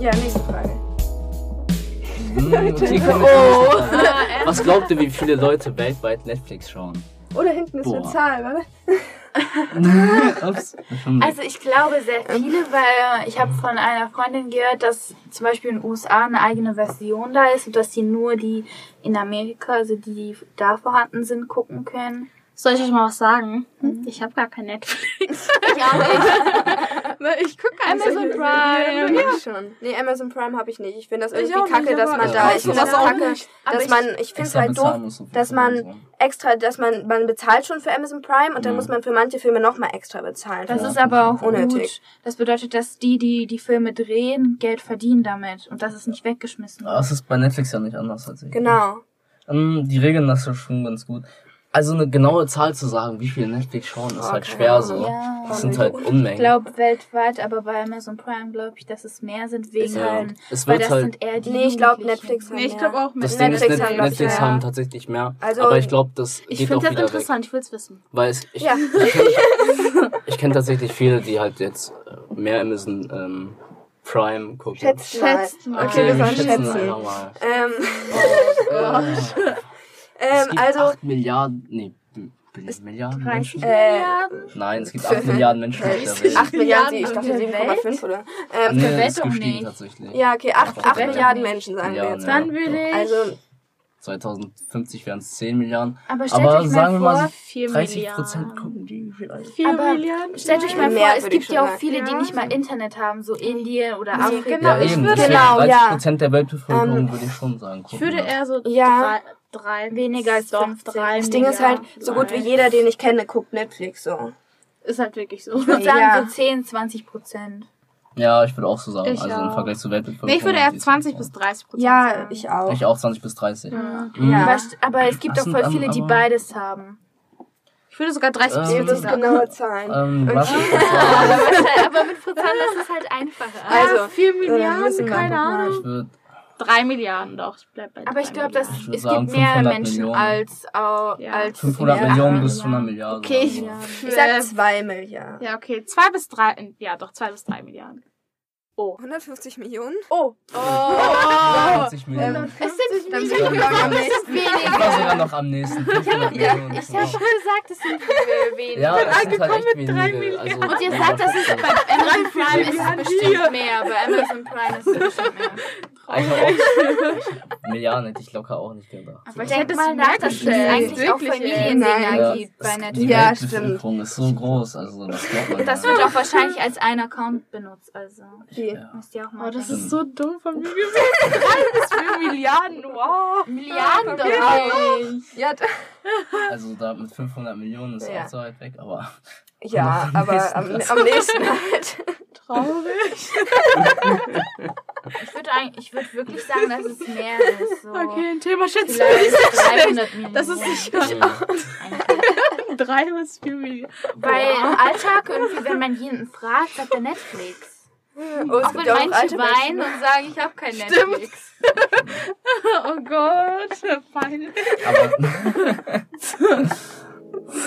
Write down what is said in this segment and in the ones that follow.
Ja, nächste Frage. Hm, die kommt- Was glaubt ihr, wie viele Leute weltweit Netflix schauen? Oder hinten ist eine Boah. Zahl, oder? Ups. Schon- Also ich glaube sehr Ähm. viele, weil ich habe von einer Freundin gehört, dass zum Beispiel in den USA eine eigene Version da ist und dass die nur die in Amerika, also die, die da vorhanden sind, gucken können. Soll ich euch mal was sagen? Ich habe gar kein Netflix. Ich auch ich gucke Amazon Prime. Ja. Schon. Nee, Amazon Prime habe ich nicht. Ich finde das Ich irgendwie auch kacke, nicht, dass aber man ich da. weiß Ich finde das das auch kacke, nicht. Aber dass ich- man. Ich finde es Extra halt bezahlen doof, muss und dass man so. extra, dass man man bezahlt schon für Amazon Prime und dann Mhm. muss man für manche Filme nochmal extra bezahlen. Das Ja, ist aber auch unnötig. gut. Das bedeutet, dass die, die die Filme drehen, Geld verdienen damit und dass es nicht weggeschmissen Ah, wird. Es ist bei Netflix ja nicht anders als ich. Genau. Ähm, Die regeln das ja schon ganz gut. Also eine genaue Zahl zu sagen, wie viele Netflix schauen, ist Oh, halt keine schwer Ahnung. so. Ja. Das sind halt Unmengen. Ich glaube weltweit, aber bei Amazon Prime glaube ich, dass es mehr sind wegen Ja. halt, Also, Es weil wird das halt. sind eher die Nee, ich glaube Jugendlichen. Netflix. halt. Nee, ich haben glaube mehr. auch mit Das Ding ist, Netflix Net- haben Netflix das, haben ja. tatsächlich mehr. Also- aber ich glaube, das Ich geht finde auch das wieder weg. interessant, ich will es wissen. Weil es, ich, Ja. ich, ich kenne tatsächlich viele, die halt jetzt äh, mehr Amazon ähm, Prime gucken. Schätzt mal. Schätzt mal. Okay, wir wir sollen schätzen schätzen. einfach mal. Ähm, Äh, es ähm, gibt also 8 Milliarden, nee, B- B- Milliarden 30 Menschen? äh, Nein, es gibt 8 Milliarden Menschen auf der Welt. 8 Milliarden, ich dachte Milliarden auf der 7,5 oder? Ähm, Nee, der Welt das ist doch gestiegen nicht. tatsächlich. Ja, okay, 8, Auf der 8 Welt. Milliarden Menschen sagen wir Milliarden, jetzt. ja. Dann würde ich Also, 2050 wären es 10 Milliarden. Aber stellt Aber euch sagen wir mal mal, vor, 4 30 Milliarden. Prozent gucken die vielleicht. 4 Aber Milliarden? Stellt euch mal Mehr, vor, es würde gibt ich schon ja auch sagen. viele, die nicht mal Internet haben, so Indien oder Afrika. genau, ich würde- deswegen genau, 30 ja. Prozent der Weltbevölkerung Ähm, würde ich schon sagen. Gucken Ich würde das. eher so Ja. drei, drei Weniger als 15. drei das Ding ist halt, Milliarden. so gut wie jeder, den ich kenne, guckt Netflix so. Ist halt wirklich so. Ich würde Ja. sagen so 10, 20 Prozent. Ja, ich würde auch so sagen. Ich also im auch. Vergleich zur Weltbevölkerung. Nee, ich würde eher die ist- 20 bis 30 Prozent. Ja, sagen. ich auch. Ich auch 20 bis 30. Ja. Mhm. Ja. Aber, aber es gibt Das auch voll sind viele, die aber- beides haben. Ich würde sogar 30 bis Ähm, 40 Das Ja. sagen. genaue Zahlen. Ähm, was ist aber mit Prozent ist es halt einfacher. Also, Also 4 dann müssen Milliarden, wir- keine Ahnung. Ich würde 3 Milliarden doch, ich bleib bei Aber ich drei glaube, dass Ich würd es sagen, gibt mehr 500 Menschen Millionen. als, au- Ja. als 500 Ja. Millionen bis 100 Milliarden. Okay, oder ich- so. Ja. Ich sag Äh, 2 Milliarden. Ja, okay. zwei bis drei ja doch, zwei bis drei Milliarden. 150 oh, Millionen? Oh. 50 Ähm, Millionen. Es sind Dann dann sind wir, glaub ich, am nächsten. Ich weniger. war sogar noch am nächsten. 500 Millionen. Ich habe schon gesagt, es sind weniger. ja, das sind halt echt mit drei wenige. Also, Und ihr sagt, das ist bei Amazon Prime ist es Milliarden bestimmt mehr. Bei Amazon Prime ist es bestimmt mehr. Einfach auch- Milliarden hätte ich locker auch nicht gedacht. Aber Ja. denk mal nach, dass es wirklich, eigentlich auch ey. Familiendinger Nein. gibt bei es- Netflix. die Ja, Weltbevölkerung ist so groß, also das glaubt man Das gar nicht. wird auch wahrscheinlich als ein Account benutzt, also Okay. müsst ihr auch mal Oh, das denken. ist so dumm von mir gewesen. Drei bis vier Milliarden, wow. Milliarden Ja. Ja, d- Also da mit 500 Millionen ist Ja. auch so weit weg, aber ja aber am, am nächsten halt. Traurig. Ich würde ich würd wirklich sagen, dass es mehr ist. Oh. So. Okay, ein Thema schätzt du Vielleicht nicht. 300 Millionen. Das ist sicher drei bis vier Milliarden. Weil im Alltag irgendwie, wenn man jemanden fragt, sagt er Netflix. Oh, es Auch wenn gibt auch noch manche alte weinen Menschen. und sagen, ich habe kein Netflix. Oh Gott, peinlich. aber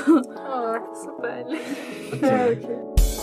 Oh, das ist so peinlich. okay.